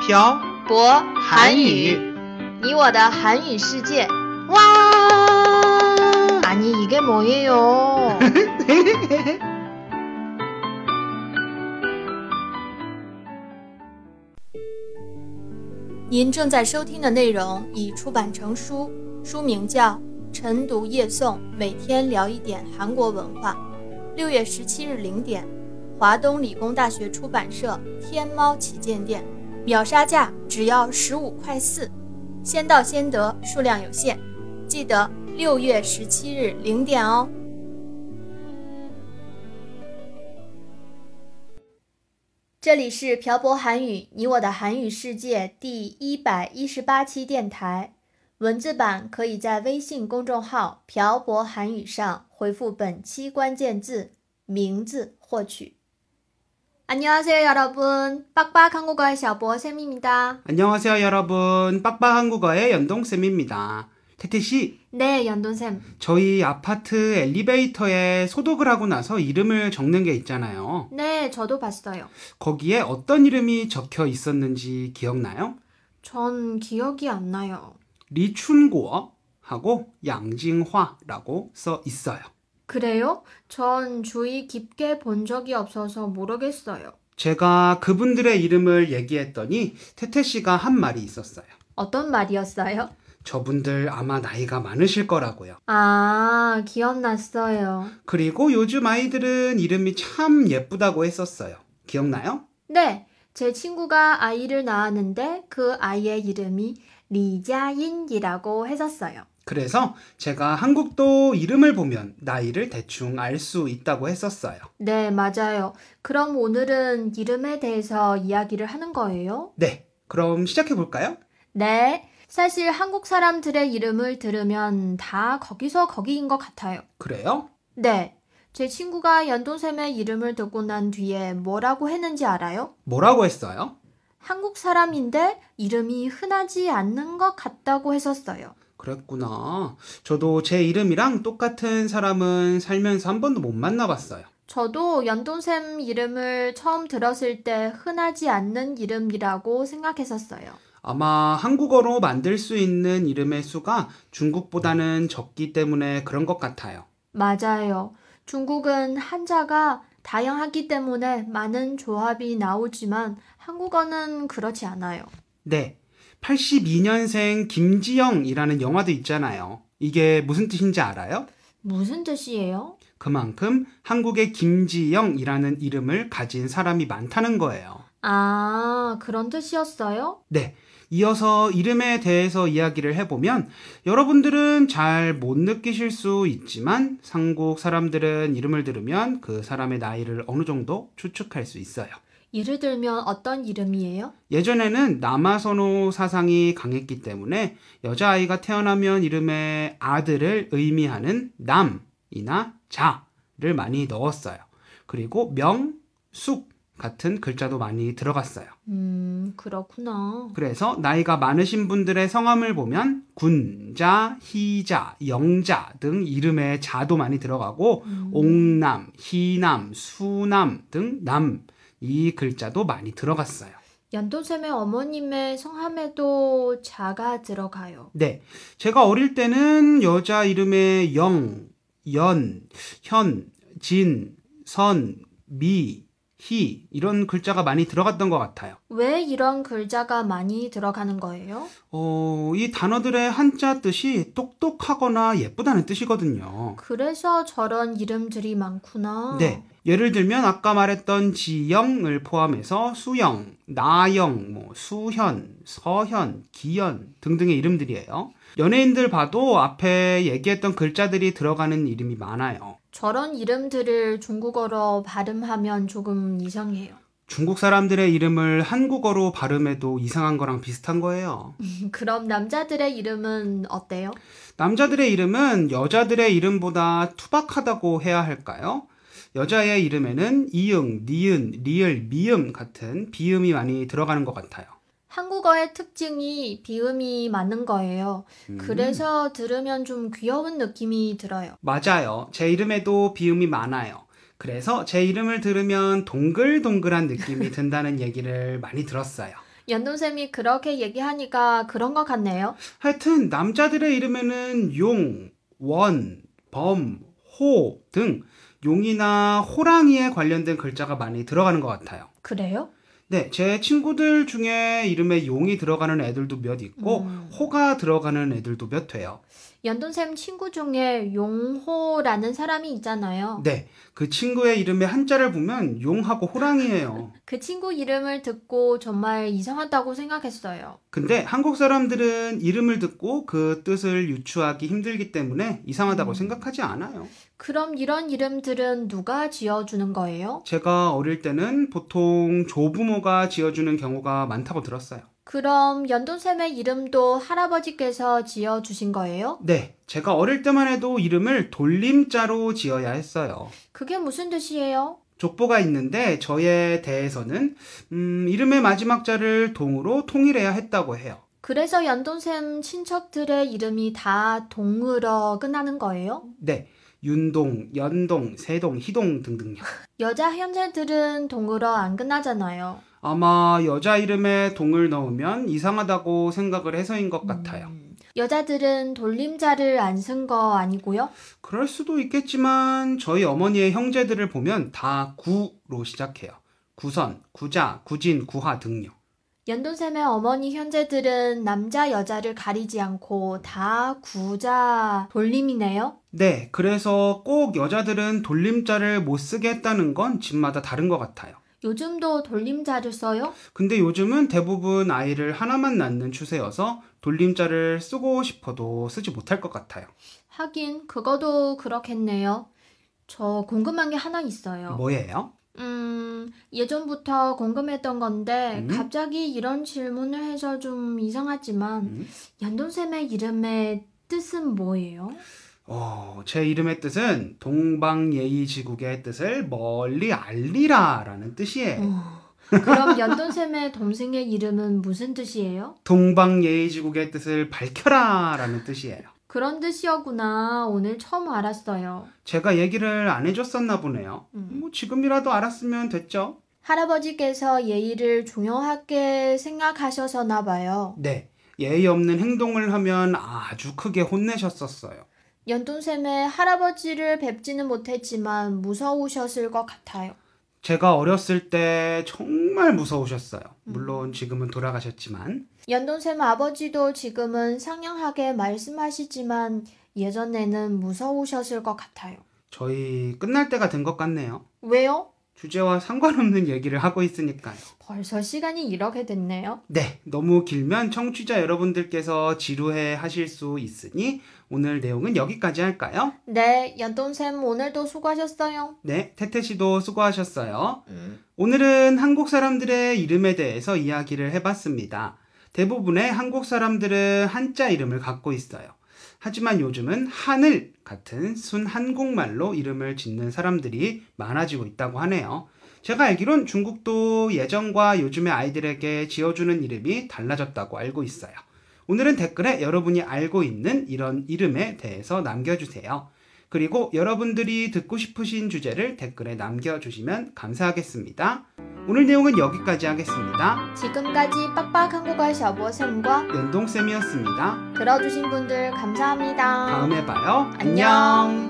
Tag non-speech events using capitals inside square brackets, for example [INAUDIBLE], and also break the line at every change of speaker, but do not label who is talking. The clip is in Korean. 朴
博
韩语，
你我的韩语世界。
와!
아니 이게 뭐예요?您正在收听的内容已出版成书，书名叫《晨读夜诵》，每天聊一点韩国文化。六月十七日零点，华东理工大学出版社天猫旗舰店，秒杀价只要十五块四，先到先得，数量有限，记得六月十七日零点哦。这里是漂泊韩语，你我的韩语世界第一百一十八期电台。文字版可以在微信公众号“漂泊韩语”上回复本期关键字“名字”获取。안녕하세요여러분빡빡한국어의小博쌤입니다
안녕하세요 여러분 빡빡 한국어의 연동쌤입니다 태태씨
네연돈쌤
저희 아파트 엘리베이터에 소독을 하고 나서 이름을 적는 게 있잖아요
네저도봤어요
거기에 어떤 이름이 적혀 있었는지 기억나요?
전기억이안나요
리춘고어 하고 양징화라고 써 있어요
그래요? 전 주의 깊게 본 적이 없어서 모르겠어요.
제가 그분들의 이름을 얘기했더니 태태씨가 한 말이 있었어요
어떤 말이었어요?
저분들 아마 나이가 많으실 거라고요
아, 기억났어요.
그리고 요즘 아이들은 이름이 참 예쁘다고 했었어요. 기억나요?
네, 제 친구가 아이를 낳았는데 그 아이의 이름이 리자인이라고 했었어요.
그래서 제가 한국도 이름을 보면 나이를 대충 알 수 있다고 했었어요.
네, 맞아요. 그럼 오늘은 이름에 대해서 이야기를 하는 거예요?
네, 그럼 시작해 볼까요?
네. 사실 한국 사람들의 이름을 들으면 다 거기서 거기인 것 같아요.
그래요?
네. 제 친구가 연돈샘의 이름을 듣고 난 뒤에 뭐라고 했는지 알아요?
뭐라고 했어요?
한국 사람인데 이름이 흔하지 않는 것 같다고 했었어요.
그랬구나. 저도 제 이름이랑 똑같은 사람은 살면서 한 번도 못 만나봤어요.
저도 연돈샘 이름을 처음 들었을 때 흔하지 않는 이름이라고 생각했었어요.
아마 한국어로 만들 수 있는 이름의 수가 중국보다는 적기 때문에 그런 것 같아요.
맞아요. 중국은 한자가 다양하기 때문에 많은 조합이 나오지만 한국어는 그렇지 않아요.
네. 82년생 김지영이라는 영화도 있잖아요. 이게 무슨 뜻인지 알아요?
무슨 뜻이에요?
그만큼 한국의 김지영이라는 이름을 가진 사람이 많다는 거예요.
아, 그런 뜻이었어요?
네. 이어서 이름에 대해서 이야기를 해보면 여러분들은 잘 못 느끼실 수 있지만 한국 사람들은 이름을 들으면 그 사람의 나이를 어느 정도 추측할 수 있어요.
예를 들면 어떤 이름이에요?
예전에는 남아선호 사상이 강했기 때문에 여자아이가 태어나면 이름에 아들을 의미하는 남이나 자를 많이 넣었어요. 그리고 명, 숙 같은 글자도 많이 들어갔어요.
음, 그렇구나.
그래서 나이가 많으신 분들의 성함을 보면 군자, 희자, 영자 등 이름에 자도 많이 들어가고
음,
옹남, 희남, 수남 등 남 이 글자도 많이 들어갔어요.
연돈샘의 어머님의 성함에도 자가 들어가요.
네. 제가 어릴 때는 여자 이름에 영, 연, 현, 진, 선, 미, 희 이런 글자가 많이 들어갔던 것 같아요.
왜 이런 글자가 많이 들어가는 거예요?
어, 이 단어들의 한자 뜻이 똑똑하거나 예쁘다는 뜻이거든요.
그래서 저런 이름들이 많구나.
네. 예를 들면 아까 말했던 지영을 포함해서 수영, 나영, 뭐 수현, 서현, 기현 등등의 이름들이에요. 연예인들 봐도 앞에 얘기했던 글자들이 들어가는 이름이 많아요.
저런 이름들을 중국어로 발음하면 조금 이상해요. [LAUGHS]
중국 사람들의 이름을 한국어로 발음해도 이상한 거랑 비슷한 거예요.
그럼 남자들의 이름은 어때요?
남자들의 이름은 여자들의 이름보다 투박하다고 해야 할까요? 여자의 이름에는 이응, 니은, 리을, 미음 같은 비음이 많이 들어가는 것 같아요.
한국어의 특징이 비음이 맞는 거예요.
음.
그래서 들으면 좀 귀여운 느낌이 들어요.
맞아요. 제 이름에도 비음이 많아요. [LAUGHS] 그래서 제 이름을 들으면 동글동글한 느낌이 든다는 얘기를 많이 들었어요.
연돈쌤이 그렇게 얘기하니까 그런 것 같네요.
하여튼 남자들의 이름에는 용, 원, 범, 호 등 용이나 호랑이에 관련된 글자가 많이 들어가는 것 같아요.
그래요?
네, 제 친구들 중에 이름에 용이 들어가는 애들도 몇 있고
음.
호가 들어가는 애들도 몇 돼요.
연돈쌤 친구 중에 용호라는 사람이 있잖아요.
네, 그 친구의 이름의 한자를 보면 용하고 호랑이에요.
그 친구 이름을 듣고 정말 이상하다고 생각했어요.
근데 한국 사람들은 이름을 듣고 그 뜻을 유추하기 힘들기 때문에 이상하다고
음.
생각하지 않아요.
그럼 이런 이름들은 누가 지어주는 거예요?
제가 어릴 때는 보통 조부모가 지어주는 경우가 많다고 들었어요.
그럼 연돈쌤의 이름도 할아버지께서 지어주신 거예요?
네, 제가 어릴 때만 해도 이름을 돌림자로 지어야 했어요.
그게 무슨 뜻이에요?
족보가 있는데 저에 대해서는 음, 이름의 마지막 자를 동으로 통일해야 했다고 해요.
그래서 연돈쌤 친척들의 이름이 다 동으로 끝나는 거예요?
네, 윤동, 연동, 세동, 희동 등등요.
여자 형제들은 동으로 안 끝나잖아요.
아마 여자 이름에 동을 넣으면 이상하다고 생각을 해서인 것 같아요.
음, 여자들은 돌림자를 안 쓴 거 아니고요?
그럴 수도 있겠지만 저희 어머니의 형제들을 보면 다 구로 시작해요. 구선, 구자, 구진, 구하 등요.
연돈쌤의 어머니 형제들은 남자 여자를 가리지 않고 다 구자 돌림이네요.
네, 그래서 꼭 여자들은 돌림자를 못 쓰게 했다는 건 집마다 다른 것 같아요.
요즘도 돌림자를 써요?
근데 요즘은 대부분 아이를 하나만 낳는 추세여서 돌림자를 쓰고 싶어도 쓰지 못할 것 같아요.
하긴 그거도 그렇겠네요. 저 궁금한 게 하나 있어요.
뭐예요?
음, 예전부터 궁금했던 건데
음?
갑자기 이런 질문을 해서 좀 이상하지만
음?
연돈쌤의 이름의 뜻은 뭐예요?
어, 제 이름의 뜻은 동방예의지국의 뜻을 멀리 알리라라는 뜻이에요.
어, 그럼 연돈쌤의 동생의 이름은 무슨 뜻이에요?
동방예의지국의 뜻을 밝혀라라는 뜻이에요.
그런 뜻이었구나. 오늘 처음 알았어요.
제가 얘기를 안 해줬었나 보네요.
음.
뭐 지금이라도 알았으면 됐죠.
할아버지께서 예의를 중요하게 생각하셔서나 봐요.
네, 예의 없는 행동을 하면 아주 크게 혼내셨었어요.
연돈쌤의 할아버지를 뵙지는 못했지만 무서우셨을 것 같아요.
제가 어렸을 때 정말 무서우셨어요. 물론 지금은 돌아가셨지만.
연돈쌤 아버지도 지금은 상냥하게 말씀하시지만 예전에는 무서우셨을 것 같아요.
저희 끝날 때가 된 것 같네요.
왜요?
주제와 상관없는 얘기를 하고 있으니까요.
벌써 시간이 이렇게 됐네요.
네, 너무 길면 청취자 여러분들께서 지루해 하실 수 있으니 오늘 내용은 여기까지 할까요?
네, 연돈쌤 오늘도 수고하셨어요.
네, 태태 씨도 수고하셨어요. 오늘은 한국 사람들의 이름에 대해서 이야기를 해봤습니다. 대부분의 한국 사람들은 한자 이름을 갖고 있어요. 하지만 요즘은 하늘 같은 순 한국말로 이름을 짓는 사람들이 많아지고 있다고 하네요. 제가 알기론 중국도 예전과 요즘의 아이들에게 지어주는 이름이 달라졌다고 알고 있어요. 오늘은 댓글에 여러분이 알고 있는 이런 이름에 대해서 남겨주세요. 그리고 여러분들이 듣고 싶으신 주제를 댓글에 남겨주시면 감사하겠습니다. 오늘 내용은 여기까지 하겠습니다.
지금까지 빡빡한 고갈 샤버쌤과
연동쌤이었습니다.
들어주신 분들 감사합니다.
다음에 봐요.
안녕.
안녕.